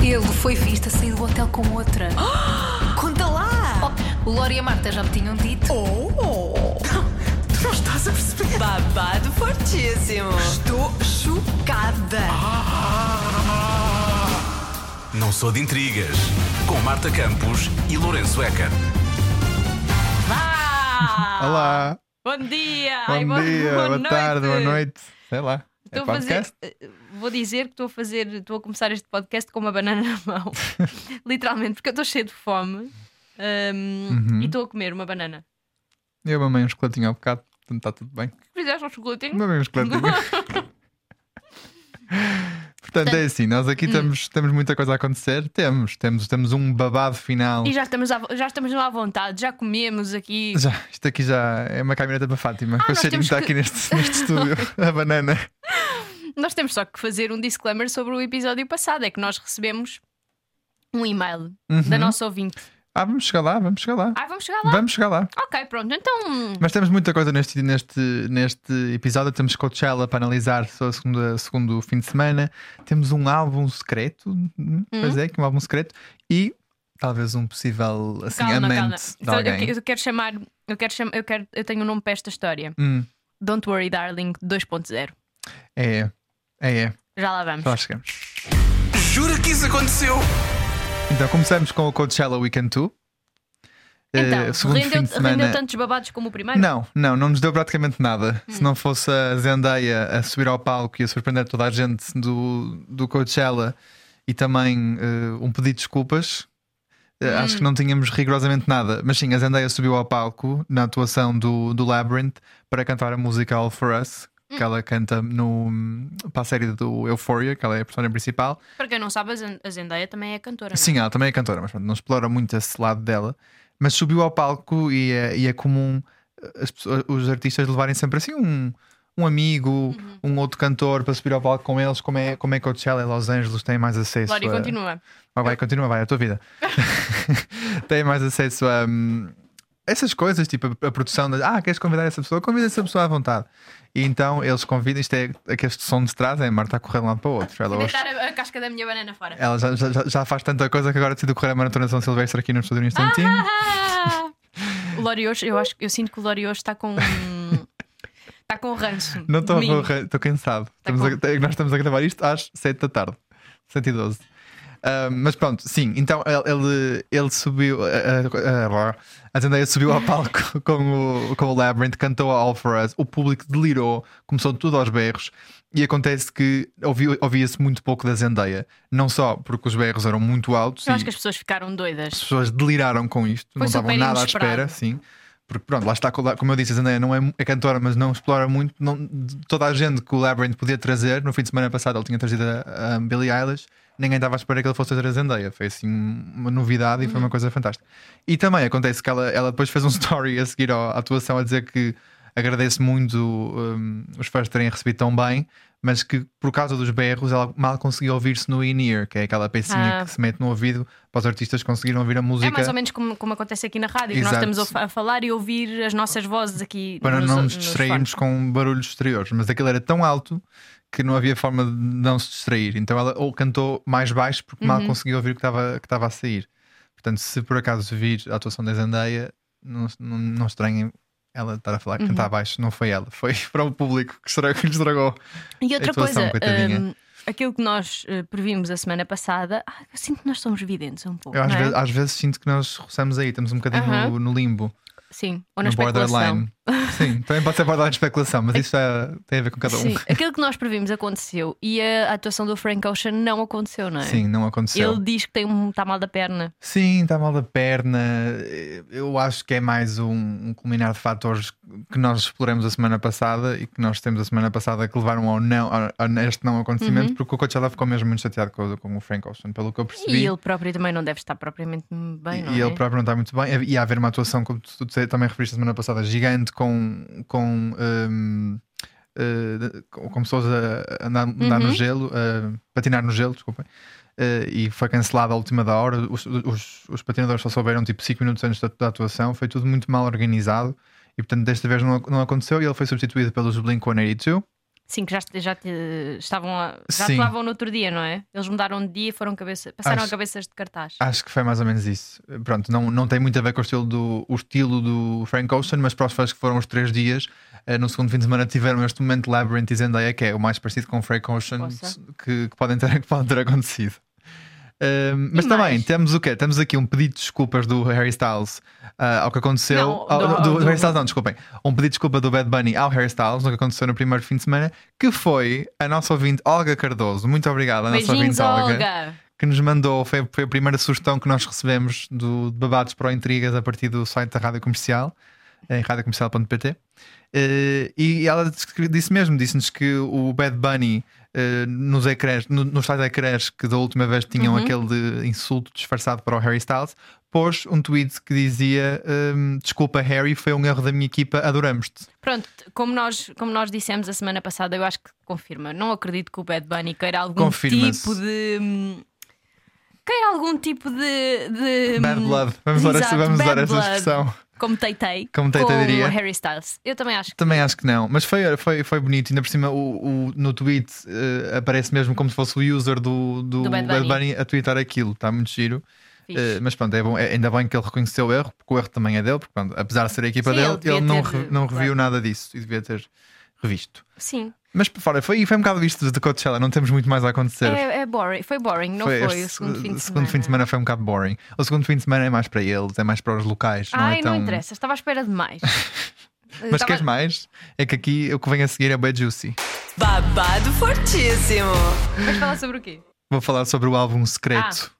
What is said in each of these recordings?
Ele foi visto a sair do hotel com outra. Conta lá! Oh, o Lori e a Marta já me tinham dito. Oh! Tu não estás a perceber? Babado fortíssimo! Estou chocada. Não sou de intrigas. Com Marta Campos e Lourenço Eker. Olá! Olá, Bom dia! bom Ai, dia, boa, tarde, boa noite, sei lá. É Estou a fazer, podcast? eh, vou dizer que estou a fazer, estou a começar este podcast com uma banana na mão, literalmente, porque eu estou cheio de fome hum, Uhum. e estou a comer uma banana. Eu mamei um chocolatinho há bocado, portanto está tudo bem. Fizeste um chocolate? Mamei um chocolatinho. Portanto, é assim, nós Hum. aqui temos, temos muita coisa a acontecer. Temos, temos, temos um babado final. E já estamos, à, vo- já estamos à vontade, já comemos aqui. Já, isto aqui já é uma caminhoneta para Fátima, com o Ah, nós cheirinho temos que está que- aqui neste, neste estúdio, a banana. Nós temos só que fazer um disclaimer sobre o episódio passado, é que nós recebemos um e-mail da nossa ouvinte. Ah, vamos chegar lá, vamos chegar lá. Ah, vamos chegar lá? Uhum. Vamos chegar lá. Ok, pronto, então Mas temos muita coisa neste, neste, neste episódio. Temos Coachella para analisar só a segunda, segundo fim de semana. Temos um álbum secreto, Hum? pois é, que é um álbum secreto. E talvez um possível assim, calma, calma. amante Então, de eu, alguém. que- eu quero chamar, eu quero chamar, eu quero, eu tenho um nome para esta história. Hum, Don't worry, darling 2.0. é, é, é. Já lá vamos. Já lá chegamos. Jura que isso aconteceu? Então começamos com o Coachella Weekend 2. Então, Eh, segundo rendeu, fim de semana. rendeu tantos babados como o primeiro? Não, não, não nos deu praticamente nada. Se não fosse a Zendaya a subir ao palco e a surpreender toda a gente do, do Coachella e também eh, um pedido de desculpas, eh, acho que não tínhamos rigorosamente nada. Mas sim, a Zendaya subiu ao palco na atuação do, do Labyrinth para cantar a música All For Us. Que ela canta no, para a série do Euphoria, que ela é a personagem principal. Para quem não sabe, a Zen- a Zendaya também é cantora. não é? Sim, ela também é cantora, mas pronto, não explora muito esse lado dela. Mas subiu ao palco e é, e é comum as pessoas- os artistas levarem sempre assim um, um amigo, um outro cantor para subir ao palco com eles. Como é, como é Coachella em Los Angeles tem mais acesso Lória, a- continua. Vai, vai, continua, vai, é a tua vida. Tem mais acesso a hum, essas coisas, tipo a, a produção da. Ah, queres convidar essa pessoa? Convida essa pessoa à vontade. E então eles convidam, isto é aquele som de trás, é a Marta a correr de um lado para o outro. Ela hoje- Deitar a, a casca da minha banana fora. ela já, já- já- já faz tanta coisa que agora decidiu correr a maratona de São Silvestre aqui no estúdio um instantinho. Ah! O Lória hoje, eu, acho, eu sinto que o Lória hoje está com. um, Está com um ranço. não estou a de mim. correr, estou cansado. Tá Estamos a- nós estamos a gravar isto às 7 da tarde, 7 e 12. Ah, mas pronto, sim, então ele, ele, ele subiu. ah, ah, ah, a Zendaya subiu ao palco com o, com o Labyrinth, cantou a All for Us, o público delirou, começou tudo aos berros. E acontece que ouvi- ouvia-se muito pouco da Zendaya, não só porque os berros eram muito altos Eu e- acho que as pessoas ficaram as doidas. pessoas deliraram com isto, não estavam super nada inesperado. à espera, sim. Porque pronto, lá está, como eu disse, a Zendaya não é, é cantora, mas não explora muito. não- de toda a gente que o Labyrinth podia trazer, no fim de semana passado ele tinha trazido a, a Billie Eilish, ninguém estava à espera que ele fosse trazer a Zendaya. Foi assim uma novidade e foi uma coisa fantástica. E também acontece que ela, ela depois fez um story a seguir ao- à atuação a dizer que agradece muito hum, os fãs terem recebido tão bem, mas que por causa dos berros ela mal conseguia ouvir-se no in-ear, que é aquela pecinha Ah. que se mete no ouvido para os artistas conseguirem ouvir a música. É mais ou menos como, como acontece aqui na rádio, que nós Exato. estamos a fa- a falar e ouvir as nossas vozes aqui. para nos- não nos nos distrairmos com barulhos exteriores. Mas aquilo era tão alto que não havia forma de não se distrair. Então ela ou cantou mais baixo porque Uhum. mal conseguia ouvir o que estava, que estava a sair. Portanto, se por acaso vir a atuação da Zandeia, não, não, não estranhem ela estar a falar, Uhum. cantar baixo. Não foi ela, foi para o público que, estra- que lhe estragou. E A outra atuação, coisa, coitadinha. hum, aquilo que nós eh, previmos a semana passada, ah, eu sinto que nós somos videntes um pouco. Eu às, não é? vezes, às vezes sinto que nós roçamos aí, estamos um bocadinho Aham. no, no limbo, Sim, ou no na especulação. Um borderline. Sim, também pode ser borderline de especulação, mas isso é- tem a ver com cada um. Sim, Sim, aquilo que nós previmos aconteceu e a atuação do Frank Ocean não aconteceu, não é? não aconteceu. Ele diz que tem um, está mal da perna. Sim, está mal da perna. Eu acho que é mais um, um culminar de fatores que nós exploramos a semana passada e que nós temos a semana passada que levaram ao não, a, a este não acontecimento, Uhum. porque o Coachella ficou mesmo muito chateado com, o- com o Frank Ocean, pelo que eu percebi. E ele próprio também não deve estar propriamente bem, não E- e é? ele próprio não está muito bem. E há haver uma atuação, como tu, tu disseste- também referiste a semana passada, gigante com, com, hum, eh, de- com, com pessoas a andar, andar Uhum. no gelo, a patinar no gelo, desculpem. Eh, e foi cancelada à última da hora. Os, os, os patinadores só souberam tipo 5 minutos antes da, da atuação. Foi tudo muito mal organizado. E portanto, desta vez não, não aconteceu. E ele foi substituído pelos Blink 182. Sim, que já, te- já te- estavam a- já Sim. atuavam no outro dia, não é? Eles mudaram de dia e foram cabeça, passaram Acho- Ah, a cabeças de cartaz. Acho que foi mais ou menos isso. Pronto, não, não tem muito a ver com o estilo do, o estilo do Frank Ocean, mas para os fãs que foram os três dias, eh, no segundo fim de semana tiveram este momento Labyrinth e Zendaya, que é o mais parecido com o Frank Ocean Poça. que, que, podem ter, que podem ter acontecido. Eh, mas E também mais? temos o quê? Temos aqui um pedido de desculpas do Harry Styles ah, ao que aconteceu. Não, ao- do- do, do do- Harry Styles, não, desculpem. Um pedido de desculpa do Bad Bunny ao Harry Styles, no que aconteceu no primeiro fim de semana, que foi a nossa ouvinte Olga Cardoso. Muito obrigada, a nossa Beijinhos, ouvinte Olga! que nos mandou foi, foi a primeira sugestão que nós recebemos do de Babados para o Intrigas a partir do site da Rádio Comercial, em radiocomercial.pt. Eh, e ela descre- disse mesmo, disse-nos que o Bad Bunny eh, nos ecrãs, no, nos tais ecrãs que da última vez tinham aquele de insulto disfarçado para o Harry Styles, pôs um tweet que dizia: ehm, Desculpa, Harry, foi um erro da minha equipa, adoramos-te. Pronto, como nós, como nós dissemos a semana passada, eu acho que confirma. Não acredito que o Bad Bunny queira algum Confirma-se. tipo de. hum, Queira algum tipo de. de, Bad hum, blood, vamos usar, essa, exato, vamos usar bad essa blood, expressão. Como Teitei. Como Tay Tay com diria. o Harry Styles. Eu também acho que. Também acho que não, mas foi, foi, foi bonito. Ainda por cima, o, o- no tweet eh, aparece mesmo como se fosse o user do, do, Do Bad Bad, Bunny. a tweetar aquilo, está muito giro. Fixe. Eh, mas pronto, é bom, é- ainda bem que ele reconheceu o erro, porque o erro também é dele, porque pronto, apesar de ser a equipa Sim, ele dele, devia ele, não, ter, re- não claro. reviu nada disso e devia ter revisto. Sim. Mas por fora, foi, foi um bocado isto de Coachella, não temos muito mais a acontecer. É, é boring. Foi boring, não foi? este o segundo fim de semana. segundo fim de semana foi um bocado boring. O segundo fim de semana é mais para eles, é mais para os locais. não Ai, é não, tão... interessa, estava à espera de mais. Eu Mas estava- queres mais? É que aqui o que vem a seguir é bem juicy. Babado fortíssimo. Vais falar sobre o quê? Vou falar sobre o álbum secreto. Isso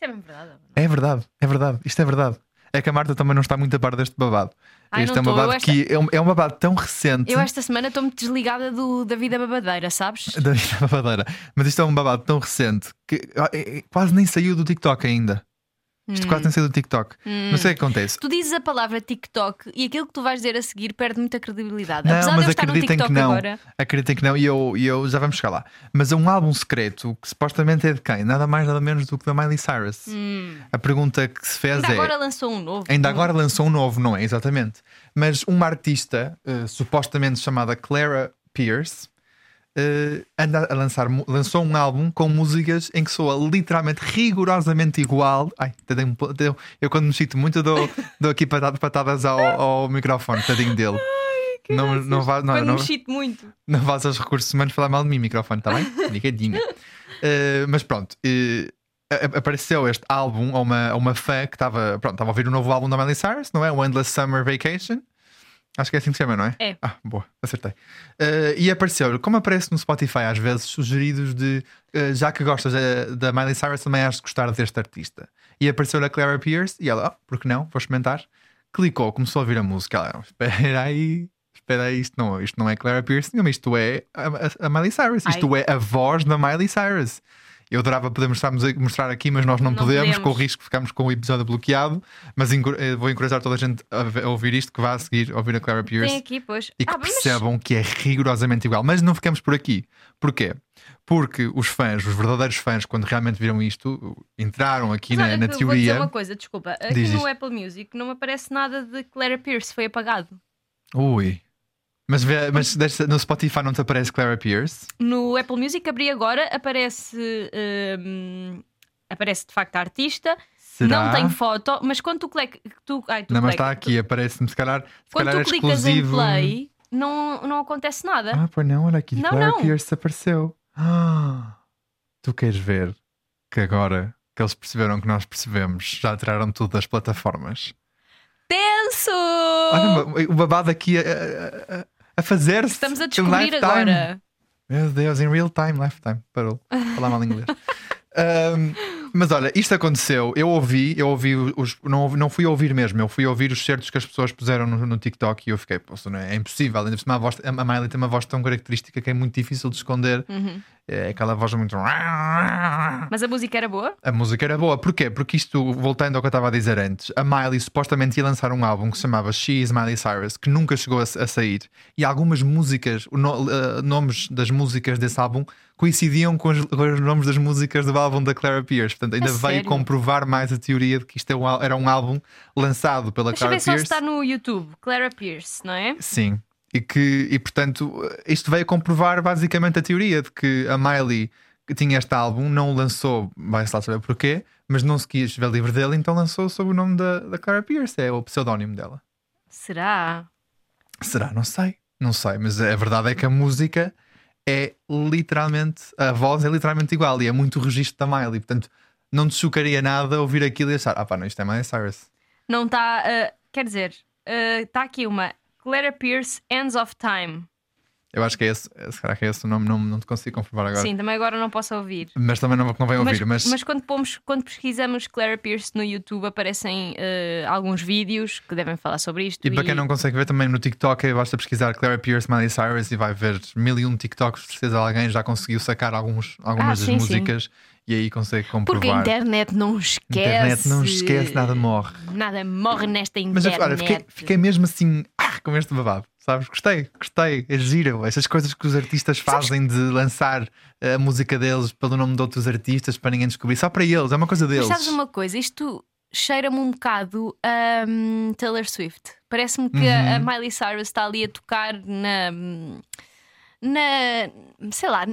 é mesmo verdade. É verdade, é verdade, isto é verdade. É que a Marta também não está muito a par deste babado. Ai, este é não um tô, eu babado esta- que é um, é um babado tão recente Eu esta semana estou-me desligada do- da vida babadeira, sabes? da vida babadeira, mas isto é um babado tão recente que ah, é- é- quase nem saiu do TikTok ainda. Isto Hum. quase nem saiu do TikTok. Não sei o que acontece. Tu dizes a palavra TikTok e aquilo que tu vais dizer a seguir perde muita credibilidade. Apesar Não, de mas eu estar no acreditem TikTok que não. agora. Acreditem que não, e eu, e eu já vamos chegar lá. Mas é um álbum secreto que supostamente é de quem? Nada mais, nada menos do que da Miley Cyrus. A pergunta que se fez Ainda é. Hum. agora lançou um novo. Ainda agora lançou um novo, não é? Exatamente. Mas uma artista eh, supostamente chamada Clara Pierce eh, anda a lançar, mu- lançou um álbum com músicas em que soa literalmente rigorosamente igual. Ai, um tadinho, pô, tadinho. eu quando me sinto muito dou, dou aqui patadas, patadas ao, ao microfone, tadinho dele. Não, não, vá, não, é Quando não, me chito um muito. não vás aos recursos humanos falar mal de mim, microfone, está bem? Ligadinha. Eh, mas pronto, eh, a- a- apareceu este álbum a uma, a uma fã que estava pronto, estava a ouvir o novo álbum da Miley Cyrus, não é? O Endless Summer Vacation. Acho que é assim que se chama, não é? É. Ah, boa, acertei. Eh, e apareceu, como aparece no Spotify às vezes, sugeridos de eh, já que gostas eh, da Miley Cyrus, também has de gostar deste artista. E apareceu a Clara Pierce e ela, oh, por que não? Vou experimentar. Clicou, começou a ouvir a música. Ela, espera aí, espera aí, isto não, isto não é Clara Pierce nenhuma, isto é a, a- a Miley Cyrus, isto é a voz da Miley Cyrus. Eu adorava poder mostrar, mostrar aqui, mas nós não, Não podemos, podemos. com o risco de ficarmos com o episódio bloqueado. Mas encor- eh, vou encorajar toda a gente a, ve- a ouvir isto, que vá a seguir, ouvir a Clara Pierce Tem aqui, pois. e que Ah, mas- percebam que é rigorosamente igual. Mas não ficamos por aqui. Porquê? Porque os fãs, os verdadeiros fãs, quando realmente viram isto, entraram aqui Mas na, olha na que eu Vou dizer teoria. uma coisa, desculpa. Aqui Diz no isto. Apple Music não me aparece nada de Clara Pierce, foi apagado. Ui. Mas, vê- mas deixa- no Spotify não te aparece Clara Pierce? No Apple Music abri agora, aparece. hum, aparece de facto a artista. Será? Não tem foto, mas quando tu clicas. Tu, ai, tu Não, mas clica- está aqui, aparece-me. Se calhar, se Quando calhar é tu clicas exclusivo. em play, não, não acontece nada. Ah, pois não, olha aqui. Não, Clara não. Pierce apareceu. Ah, tu queres ver que agora que eles perceberam que nós percebemos, já tiraram tudo das plataformas. Tenso! Olha, o babado aqui a, a- a- a fazer-se. Oh. Estamos a em descobrir lifetime. agora. Meu Deus, em real time, lifetime. Parou. Falar mal inglês. Ahm, mas olha, isto aconteceu. Eu ouvi, eu ouvi os. Não, ouvi- não fui ouvir mesmo, eu fui ouvir os certos que as pessoas puseram no, no TikTok e eu fiquei, "Poxa, não é, é impossível. Ainda por cima, a, voz, a Miley tem uma voz tão característica que é muito difícil de esconder. É aquela voz muito. Mas a música era boa? A música era boa. Porquê? Porque isto, voltando ao que eu estava a dizer antes, a Miley supostamente ia lançar um álbum que se chamava She is Miley Cyrus, que nunca chegou a, a sair. E algumas músicas, o no- eh, nomes das músicas desse álbum coincidiam com os, com os nomes das músicas do álbum da Clara Pierce. Portanto, ainda veio sério? comprovar mais a teoria de que isto é um al- era um álbum lançado pela Deixa eu Clara ver só se Pierce. está no YouTube. Clara Pierce, não é? Sim. E, que, e portanto, isto veio comprovar basicamente a teoria de que a Miley que tinha este álbum, não o lançou, vai-se lá saber porquê, mas não se quis ver livre dele, então lançou sob o nome da, da Clara Pierce, é o pseudónimo dela. Será? Será? Não sei. Não sei, mas a verdade é que a música é literalmente. A voz é literalmente igual e é muito o registro da Miley. Portanto, não te chocaria nada ouvir aquilo e achar: ah pá, não, isto é Miley Cyrus. Não está. quer dizer, está aqui uma Clara Pierce Ends of Time. Eu acho que é esse. Será que é esse o nome? Não, não te consigo confirmar agora. Sim, também agora não posso ouvir. Mas também não, não vem ouvir. Mas, quando, pomos, quando pesquisamos Clara Pierce no YouTube aparecem eh, alguns vídeos que devem falar sobre isto. E para quem não consegue ver também no TikTok, é basta pesquisar Clara Pierce, Miley Cyrus e vai ver mil e um TikToks. De certeza alguém já conseguiu sacar alguns, algumas das Ah, sim, sim. músicas e aí consegue comprovar. Porque a internet não esquece. Internet não esquece, nada morre. Nada morre nesta Mas internet. olha, fiquei, fiquei mesmo assim ah, com este babado, sabes? Gostei, gostei, é giro. Essas coisas que os artistas fazem de lançar a música deles pelo nome de outros artistas para ninguém descobrir, só para eles, é uma coisa Mas deles. sabes uma coisa? Isto cheira-me um bocado a hum, Taylor Swift. Parece-me que Uhum. a a Miley Cyrus está ali a tocar na. hum, na. sei lá.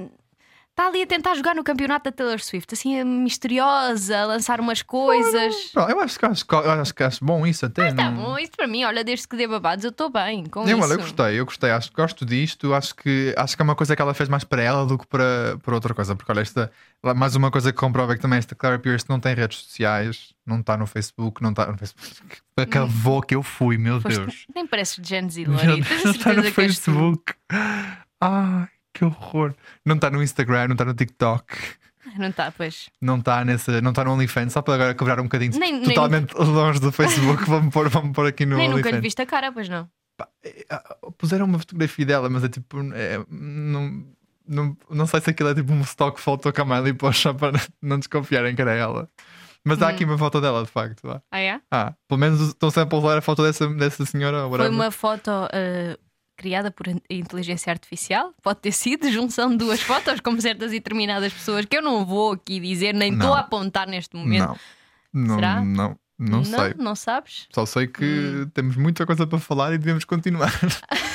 Está ali a tentar jogar no campeonato da Taylor Swift, assim, misteriosa, a lançar umas coisas. Pronto, eu acho que acho, que- eu acho que acho bom isso até. Está não- bom, isso para mim, olha, desde que dê babados, eu estou bem Eu, com isso. Hum. olha, eu gostei, eu gostei, acho que gosto disto, acho que acho que é uma coisa que ela fez mais para ela do que para, para outra coisa, porque olha, esta mais uma coisa que comprova é que também esta Clara Pierce não tem redes sociais, não está no Facebook, não está no Facebook. Acabou que eu fui, meu Foste- Deus. Nem parece Gen Z, Meu Lori. Deus, Tenho não está no certeza que és tu. Facebook. Ai, que horror. Não está no Instagram, não está no TikTok, Não está, pois. não está nessa, não está no OnlyFans, só para agora quebrar um bocadinho Nem- nem- totalmente longe do Facebook. Vamos pôr, vamos pôr aqui no Nem nunca lhe OnlyFans. viste a cara, pois não. Ah, Puseram uma fotografia dela, mas é tipo, é, não, não, não sei se aquilo é tipo um stock photo que a Miley pôs só para não desconfiarem que era ela. Mas Hum. há aqui uma foto dela, de facto. há. Ah, é? Ah, pelo menos estão sempre a usar a foto dessa, dessa senhora. ou Foi whatever. uma foto eh, criada por in- inteligência artificial. Pode ter sido junção de duas fotos, como certas e determinadas pessoas, que eu não vou aqui dizer, nem Não. estou a apontar neste momento. Não, não, Será? não, não, sei. Não, Hum. sabes? Só sei que temos muita coisa para falar e devemos continuar.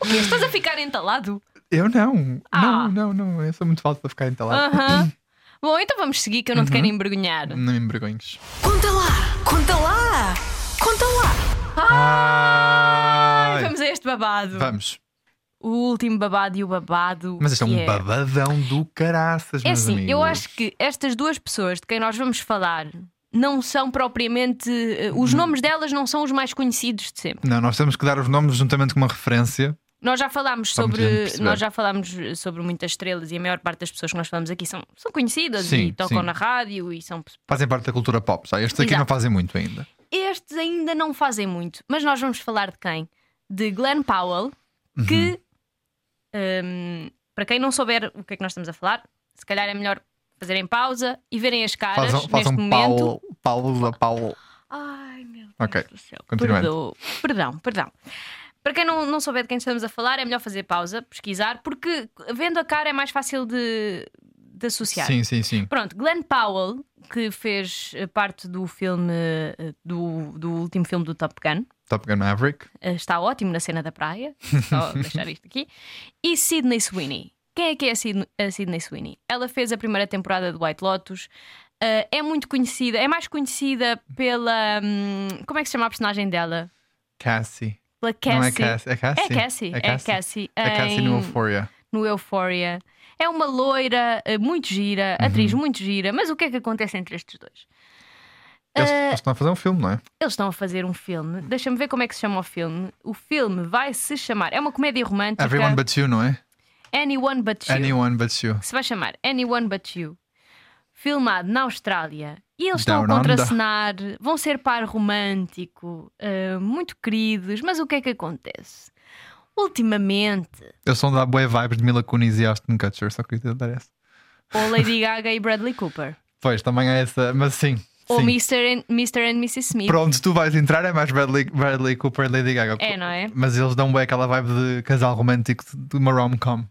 O que estás a ficar entalado? Eu não. Ah. Não, não, não. Eu sou muito falso para ficar entalado. Aham. Bom, então vamos seguir, que eu não te quero emvergonhar. Ah. Uhum. Não me envergonhes. Conta lá, conta lá, conta lá. Ai. Vamos a este babado. Vamos. O último babado e o babado. Mas isto é que um babadão do caraças, É meus assim, amigos. eu acho que estas duas pessoas de quem nós vamos falar não são propriamente. eh, Os Uhum. nomes delas não são os mais conhecidos de sempre. Não, nós temos que dar os nomes juntamente com uma referência. Nós já falámos Vamos mesmo sobre. perceber. Nós já falámos sobre muitas estrelas e a maior parte das pessoas que nós falamos aqui são, são conhecidas Sim, e tocam sim. na rádio e são. Fazem parte da cultura pop, já. Estes aqui Exato. não fazem muito ainda. Estes ainda não fazem muito, mas nós vamos falar de quem? De Glenn Powell, Uhum. que ehm, para quem não souber o que é que nós estamos a falar, se calhar é melhor fazerem pausa e verem as caras Fazem, neste fazem um momento. Paulo, Paulo, Paulo. Ai, meu Deus Ok, do céu. continuando. Perdoa. Perdão, perdão. Para quem não, não souber de quem estamos a falar, é melhor fazer pausa, pesquisar, porque vendo a cara é mais fácil de, de associar. Sim, sim, sim. Pronto, Glenn Powell, que fez eh, parte do filme, eh, do, do último filme do Top Gun, Top Gun Maverick. eh, está ótimo na cena da praia, só deixar isto aqui, e Sidney Sweeney. Quem é que é a Sidney, a Sidney Sweeney? Ela fez a primeira temporada do White Lotus, eh, é muito conhecida, é mais conhecida pela. hum, como é que se chama a personagem dela? Cassie. Pela Não é Cassie. Cassie? É Cassie? É Cassie, É é Cassie, Cassie, É Cassie em- no Euphoria. no Euphoria. É uma loira eh, muito gira, Uhum. atriz muito gira, mas o que é que acontece entre estes dois? Eles, Eh, eles estão a fazer um filme, não é? Eles estão a fazer um filme, deixa-me ver como é que se chama o filme. O filme vai se chamar, é uma comédia romântica. Everyone But You, não é? Anyone But You. Anyone But You. Se vai chamar Anyone But You. Filmado na Austrália. E eles estão a Down Under. contracenar, vão ser par romântico, eh, muito queridos, mas o que é que acontece? Ultimamente, Eu sou um da boa vibes de Mila Kunis e Ashton Kutcher, só queria dar essa. ou Lady Gaga e Bradley Cooper, Pois, também é essa, mas sim. ou sim. Mr. and, Mr. and Mrs. Smith, Para onde tu vais entrar é mais Bradley, Bradley Cooper e Lady Gaga. É, não é? Mas eles dão bem aquela vibe de casal romântico de uma rom-com.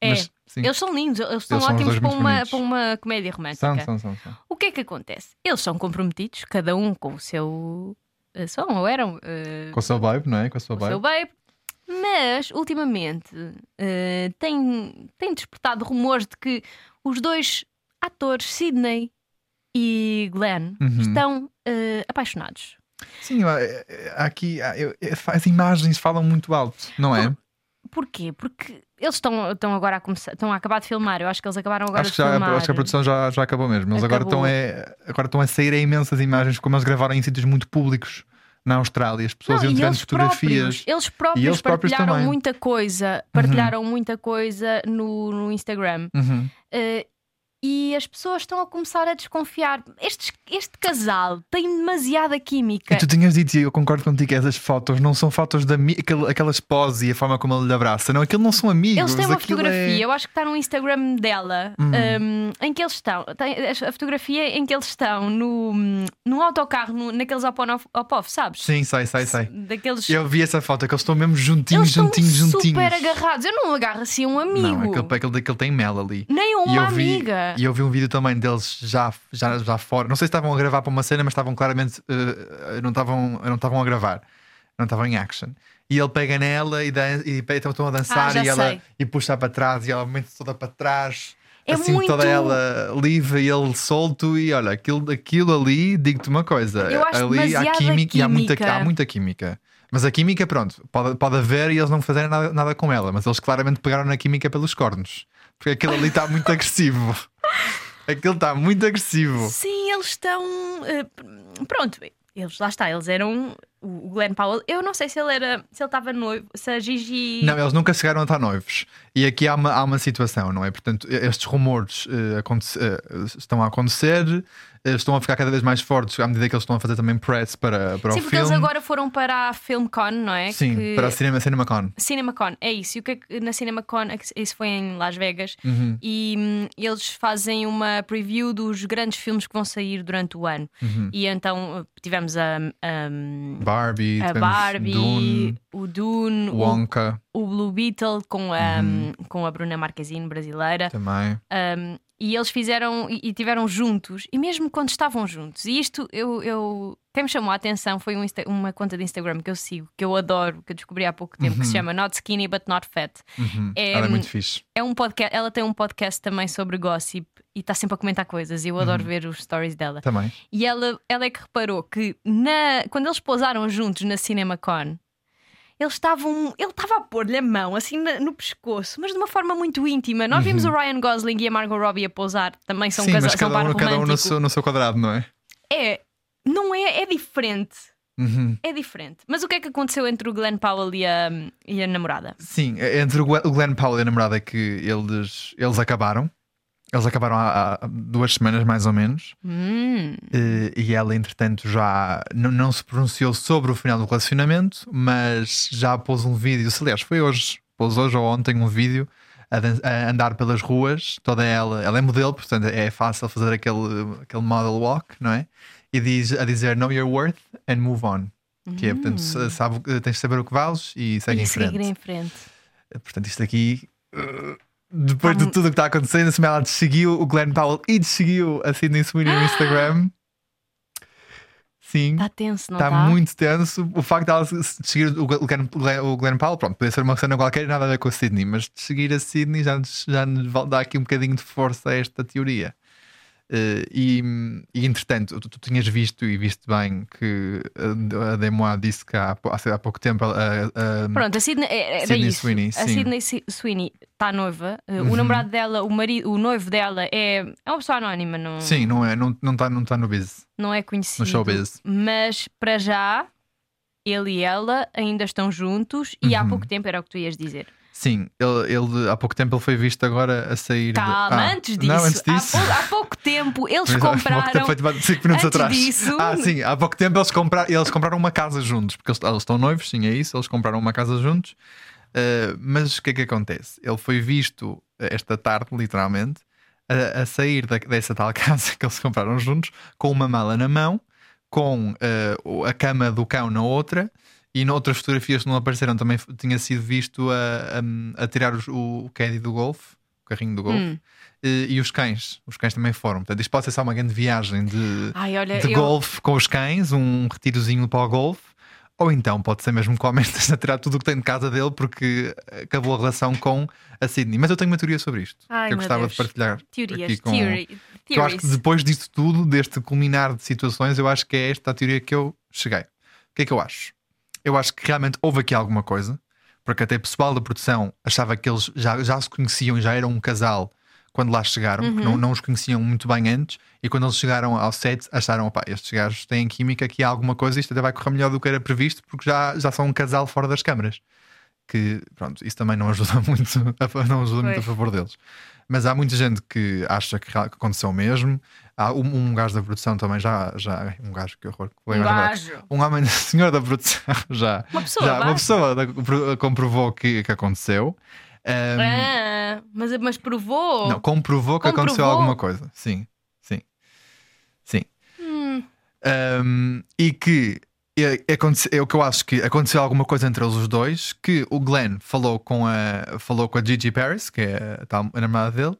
É. Mas, sim. eles são lindos, eles são Eles são os ótimos dois para muito uma, bonitos. para uma comédia romântica. São, são, são, são. O que é que acontece? Eles são comprometidos, cada um com o seu. eh, São ou eram? eh, Com a sua vibe, não é? Com a sua o seu vibe. babe. Mas, ultimamente, eh, tem, tem despertado rumores de que os dois atores, Sidney e Glenn, Uhum. estão eh, apaixonados. Sim, eu- eh, eh, aqui ah, eu- eh, as imagens falam muito alto, não é? Porquê? Porque eles estão, estão agora a começar, estão a acabar de filmar. Eu acho que eles acabaram agora Acho de que, já, é filmar. acho que a produção já, já acabou mesmo. Eles agora Acabou. estão, é, agora estão a sair a imensas imagens, como eles gravaram em sítios muito públicos na Austrália. As pessoas Não, iam e tirando eles fotografias. Próprios, eles próprios E eles próprios partilharam também. muita coisa, partilharam muita coisa no, no Instagram. Uhum. Eh, e as pessoas estão a começar a desconfiar. Este, este casal tem demasiada química. E tu tinhas dito, e eu concordo contigo, que essas fotos não são fotos de ami- aquele- aquelas poses e a forma como ele lhe abraça. Não, aquilo não são amigos. Eles têm uma aquilo é- Hum. fotografia, eu acho que está no Instagram dela, um, em que eles estão. Tem a fotografia em que eles estão no, no autocarro, no- naqueles opof, sabes? Sim, sei, sei, sei. Daqueles. Eu vi essa foto, que eles estão mesmo juntinhos, eles estão juntinhos, super juntinhos. agarrados. Eu não agarro assim um amigo. Não, aquele, aquele, aquele tem mel ali. Nem uma e eu vi, amiga. E eu vi um vídeo também deles já, já, já fora. Não sei se estavam a gravar para uma cena, mas estavam claramente. eh, não, estavam, não estavam a gravar. Não estavam em action. E ele pega nela e, dan- e pe- então estão estão a Ah, dançar já e, ela, sei. e puxa para trás e ela momento toda para trás. É assim muito- toda ela livre e ele solto. E olha, aquilo, aquilo ali, digo-te uma coisa. Eu acho ali há demasiada química, e há muita, química. há muita química. Mas a química, pronto, pode, pode haver e eles não fazerem nada, nada com ela, mas eles claramente pegaram na química pelos cornos. Porque aquele ali está muito agressivo. Aquele está muito agressivo. Sim, eles estão. eh, p- pronto, eles lá está, eles eram. O Glenn Powell, eu não sei se ele era. Se ele estava noivo, se a Gigi. Não, eles nunca chegaram a estar noivos. E aqui há uma, há uma situação, não é? Portanto, estes rumores eh, aconte- eh, estão a acontecer, eh, estão a ficar cada vez mais fortes à medida que eles estão a fazer também press para, para Sim, o porque um filme. eles agora foram para a FilmCon, não é? Sim, Que- para a Cinema, CinemaCon. CinemaCon, é isso. E o que é que na CinemaCon, é que isso foi em Las Vegas, Uhum. e hum, eles fazem uma preview dos grandes filmes que vão sair durante o ano. Uhum. E então uh, tivemos a, hum, a- Barbie, a tivemos Barbie, Dune, o Dune, o- Wonka o, Blue Beetle com a, hum, com a Bruna Marquezine brasileira. também. Um, e eles fizeram e, e tiveram juntos, e mesmo quando estavam juntos, e isto eu, eu quem me chamou a atenção foi um Insta- uma conta de Instagram que eu sigo, que eu adoro, que eu descobri há pouco tempo, que se chama Not Skinny But Not Fat. É, Ela é muito fixe. é um podcast, ela tem um podcast também sobre gossip e está sempre a comentar coisas, e eu adoro ver os stories dela. Também. E ela, ela é que reparou que na, quando eles pousaram juntos na CinemaCon, eles estavam, ele estava a pôr-lhe a mão assim na- no pescoço, mas de uma forma muito íntima. Nós vimos o Ryan Gosling e a Margot Robbie a pousar, também são Uhum. Sim, casal, mas são cada par um, cada um romântico. no, seu, no seu quadrado, não é? É, não é, é diferente. Uhum. É diferente. Mas o que é que aconteceu entre o Glenn Powell e a, e a namorada? Sim, é, entre o Gwen- o Glenn Powell e a namorada é que eles, eles acabaram. Eles acabaram há, há duas semanas, mais ou menos. Hum, Eh, E ela, entretanto, já n- não se pronunciou sobre o final do relacionamento, mas já pôs um vídeo. Se, aliás, foi hoje, pôs hoje ou ontem um vídeo a, dan- a andar pelas ruas. Toda ela, ela é modelo, portanto é fácil fazer aquele, aquele model walk, não é? E diz, a dizer Know your worth and move on. Que é, portanto, sa- sabe, o que- tens de saber o que vales e segue Hum. e em seguir frente. em frente. Portanto, isto aqui. uh, Depois de tudo o que está acontecendo, se ela desseguiu o Glenn Powell e desseguiu a Sidney Sweeney no Instagram. Sim, Está Tá tenso, não está está? muito tenso. O facto de ela se- se seguir o Glenn, o Glenn- o Glenn Powell, pronto, podia ser uma cena qualquer e nada a ver com a Sidney, mas de seguir a Sidney já, nos- já nos val- dá aqui um bocadinho de força a esta teoria. Uh, e, e, entretanto, tu, tu tinhas visto e visto bem que a, a Demois disse que há, pou- há pouco tempo ela- a- a- Pronto, a Sidney, era Sidney isso. Hum. Sweeney, a sim. Uhum. Sidney Si- Sweeney está noiva. Eh, O namorado dela, o, marido, o noivo dela é, é uma pessoa anónima, não, Sim, não é, não não está não tá no biz. não é conhecido. No showbiz. Mas para já, ele e ela ainda estão juntos e Uhum. há pouco tempo era o que tu ias dizer. Sim, ele, ele- há pouco tempo ele foi visto agora a sair. de- Calma, Ah, Tá, antes disso, Não, antes disso. Há, pou- há pouco tempo eles Mas há pouco tempo, compraram. Foi tipo há cinco minutos Antes atrás. disso- Ah, sim, há pouco tempo eles, compra- eles compraram uma casa juntos, porque eles, eles estão noivos, sim, é isso, eles compraram uma casa juntos. Ah, mas o que é que acontece? Ele foi visto eh, esta tarde, literalmente, a, a sair da- dessa tal casa que eles compraram juntos, com uma mala na mão, com ah, o- a cama do cão na outra. E noutras fotografias que não apareceram também f- tinha sido visto a, a- a tirar os- o, o caddy do golfe, o carrinho do golfe, Hum. eh, e os cães. Os cães também foram. Portanto, isto pode ser só uma grande viagem de, Ai, olha, de Ah, eu- golfe com os cães, um retirozinho para o golfe. Ou então pode ser mesmo que o homem esteja a tirar tudo o que tem de casa dele porque acabou a relação com a Sydney. Mas eu tenho uma teoria sobre isto Ai, que eu meu gostava Deus. de partilhar. Teorias. aqui com- Theory, que eu acho que theories. depois disso tudo, deste culminar de situações, eu acho que é esta a teoria que eu cheguei. O que é que eu acho? Eu acho que realmente houve aqui alguma coisa, porque até o pessoal da produção achava que eles já, já se conheciam, já eram um casal quando lá chegaram, que Uhum. não, não os conheciam muito bem antes, e quando eles chegaram ao set acharam, opá, estes gajos têm química, aqui há alguma coisa, isto até vai correr melhor do que era previsto, porque já, já são um casal fora das câmaras. Que, pronto, isso também não ajuda muito a, não ajuda muito a Pois. favor deles. Mas há muita gente que acha que, real- que aconteceu mesmo. Há um, um gajo da produção também, já, já um gajo que horror. que Um lembro agora. gajo. Um homem, senhor da produção, já, Uma pessoa, já vá. uma pessoa da- pro- comprovou que, que aconteceu. Ahm, Ah, mas, mas provou. Não, comprovou que Comprovou. aconteceu alguma coisa. Sim, sim, sim. Ahm, e que é, é, aconte- é o que eu acho que aconteceu alguma coisa entre eles os dois. Que o Glenn falou com a, falou com a Gigi Paris, que é a, tal namorada dele,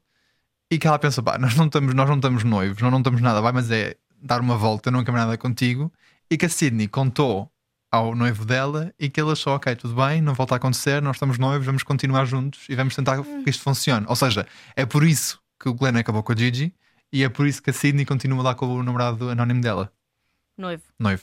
e que ela pensou: pá, nós não estamos, nós não estamos noivos, nós não estamos nada, vai, mas é dar uma volta, eu não quero nada contigo. E que a Sidney contou ao noivo dela e que ele achou, ok, tudo bem, não volta a acontecer, nós estamos noivos, vamos continuar juntos e vamos tentar que isto funcione. Ou seja, é por isso que o Glenn acabou com a Gigi e é por isso que a Sidney continua lá com o namorado anónimo dela, Noivo. noivo.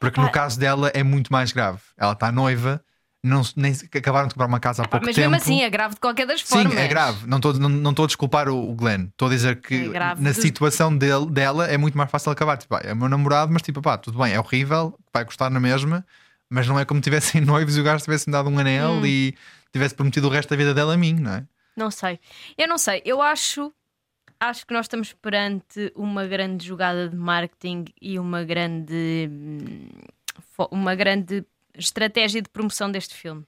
Porque no Epá. caso dela é muito mais grave. Ela está noiva, não, se- nem, se- acabaram de comprar uma casa há pouco Mas tempo. mesmo assim, é grave de qualquer das Sim, formas. é grave. Não estou não, não estou a desculpar o, o Glenn. Estou a dizer É que grave na de- situação dele, dela é muito mais fácil acabar. Tipo, pá, é o meu namorado, mas tipo, pá, tudo bem, é horrível, vai custar na mesma, mas não é como tivessem noivos e o gajo tivesse dado um anel Hum. e tivesse prometido o resto da vida dela a mim, não é? Não sei. Eu não sei. Eu acho. Acho que nós estamos perante uma grande jogada de marketing e uma grande. hum, fo- Uma grande estratégia de promoção deste filme.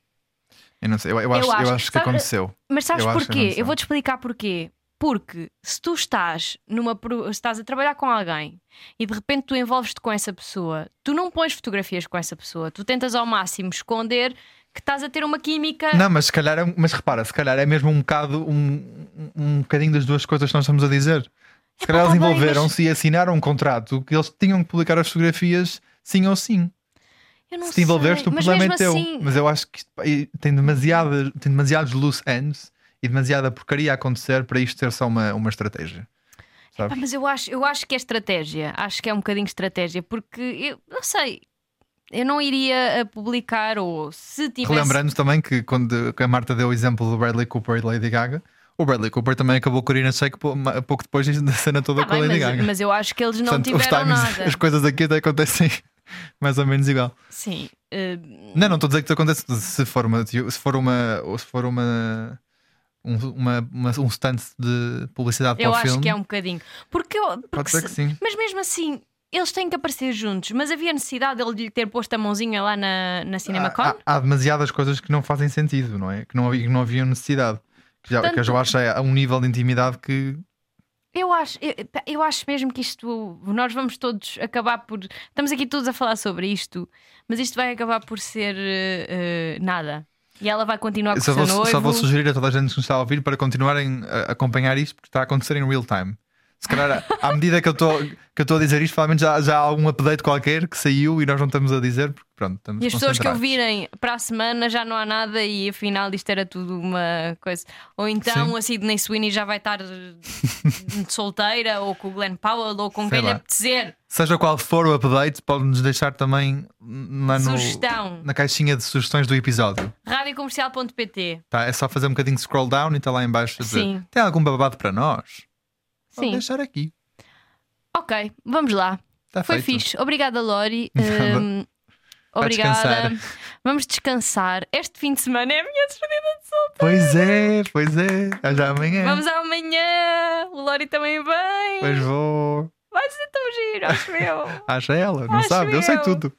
Eu não sei, eu, eu acho, eu acho- acho, que sabe- aconteceu. Mas sabes Eu acho que porquê? aconteceu. Eu vou-te explicar porquê. Porque se tu estás numa pro- se estás a trabalhar com alguém e de repente tu envolves-te com essa pessoa, tu não pões fotografias com essa pessoa, tu tentas ao máximo esconder que estás a ter uma química. Não, mas se calhar, é um- mas repara, se calhar é mesmo um bocado um, um- um bocadinho das duas coisas que nós estamos a dizer. Se calhar pá, eles tá bem, envolveram-se e assinaram um contrato que eles tinham que publicar as fotografias sim ou sim. Eu não se te envolveres, sei, o mas problema é mesmo teu. assim- Mas eu acho que isto, pá, e tem, demasiada, tem demasiados loose ends e demasiada porcaria a acontecer para isto ser só uma, uma estratégia. Pá, mas eu acho, eu acho que é estratégia. Acho que é um bocadinho estratégia, porque eu não sei. Eu não iria a publicar, ou se tivesse. Relembrando também que quando a Marta deu o exemplo do Bradley Cooper e de Lady Gaga, o Bradley Cooper também acabou com a Irina Shayk pou- ma- pouco depois da cena toda Tá com a bem, Lady mas, Gaga. mas eu acho que eles não Portanto, os tiveram timings, nada. as coisas aqui até acontecem mais ou menos igual. Sim. eh, Não, não estou a dizer que isso acontece se for uma se for uma ou se for uma um, uma, uma- um stunt de publicidade Eu para o acho filme. que é um bocadinho. Porque eu. porque ser se- que sim. Mas mesmo assim, eles têm que aparecer juntos. Mas havia necessidade de ele lhe ter posto a mãozinha lá na, Ah, na CinemaCon? há, há- há demasiadas coisas que não fazem sentido, não é? Que não, havia- que não havia necessidade. Que, já, que eu Tanto- já acho é a um nível de intimidade que Eu acho, eu, pá, eu acho mesmo que isto. Nós vamos todos acabar por. Estamos aqui todos a falar sobre isto, mas isto vai acabar por ser eh, eh, nada. E ela vai continuar Tá com só o seu vou, noivo. só vou sugerir a toda a gente que nos está a ouvir para continuarem a acompanhar isto, porque está a acontecer em real time. Se calhar, à medida que eu estou que eu estou a dizer isto, provavelmente já, já há algum update qualquer que saiu e nós não estamos a dizer, porque pronto, estamos E as pessoas que concentrados. ouvirem para a semana já não há nada e afinal isto era tudo uma coisa. Ou então Sim. a Sidney Sweeney já vai estar eh, solteira ou com o Glenn Powell ou com Sei quem lhe lá. apetecer. Seja qual for o update, pode-nos deixar também lá Tá no, Sugestão. na caixinha de sugestões do episódio. Radiocomercial.pt Tá? É só fazer um bocadinho de scroll down e está lá em baixo a dizer, Sim. tem algum babado para nós? Pode Sim. deixar aqui. Ok, vamos lá. Tá Foi feito. fixe. Obrigada, Lori. Nada. Hum, Vai obrigada. descansar. Vamos descansar. Este fim de semana é a minha despedida de sol. Pois é, pois é. É Já amanhã. Vamos amanhã. O Lori também vem. Pois vou. Vai ser tão giro, acho eu. Acha ela, não Acho sabe? Eu. sei eu. tudo.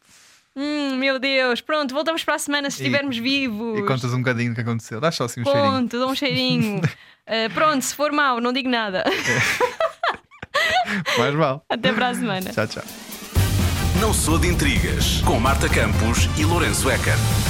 Hum, meu Deus. Pronto, voltamos para a semana se E- estivermos vivos. E contas um bocadinho do que aconteceu. Dá só assim um cheirinho. Conto, dou um cheirinho. Uh, pronto, se for mau, não digo nada. Mais vale. Até para a semana. Tchau, tchau. Não sou de intrigas com Marta Campos e Lourenço Eker.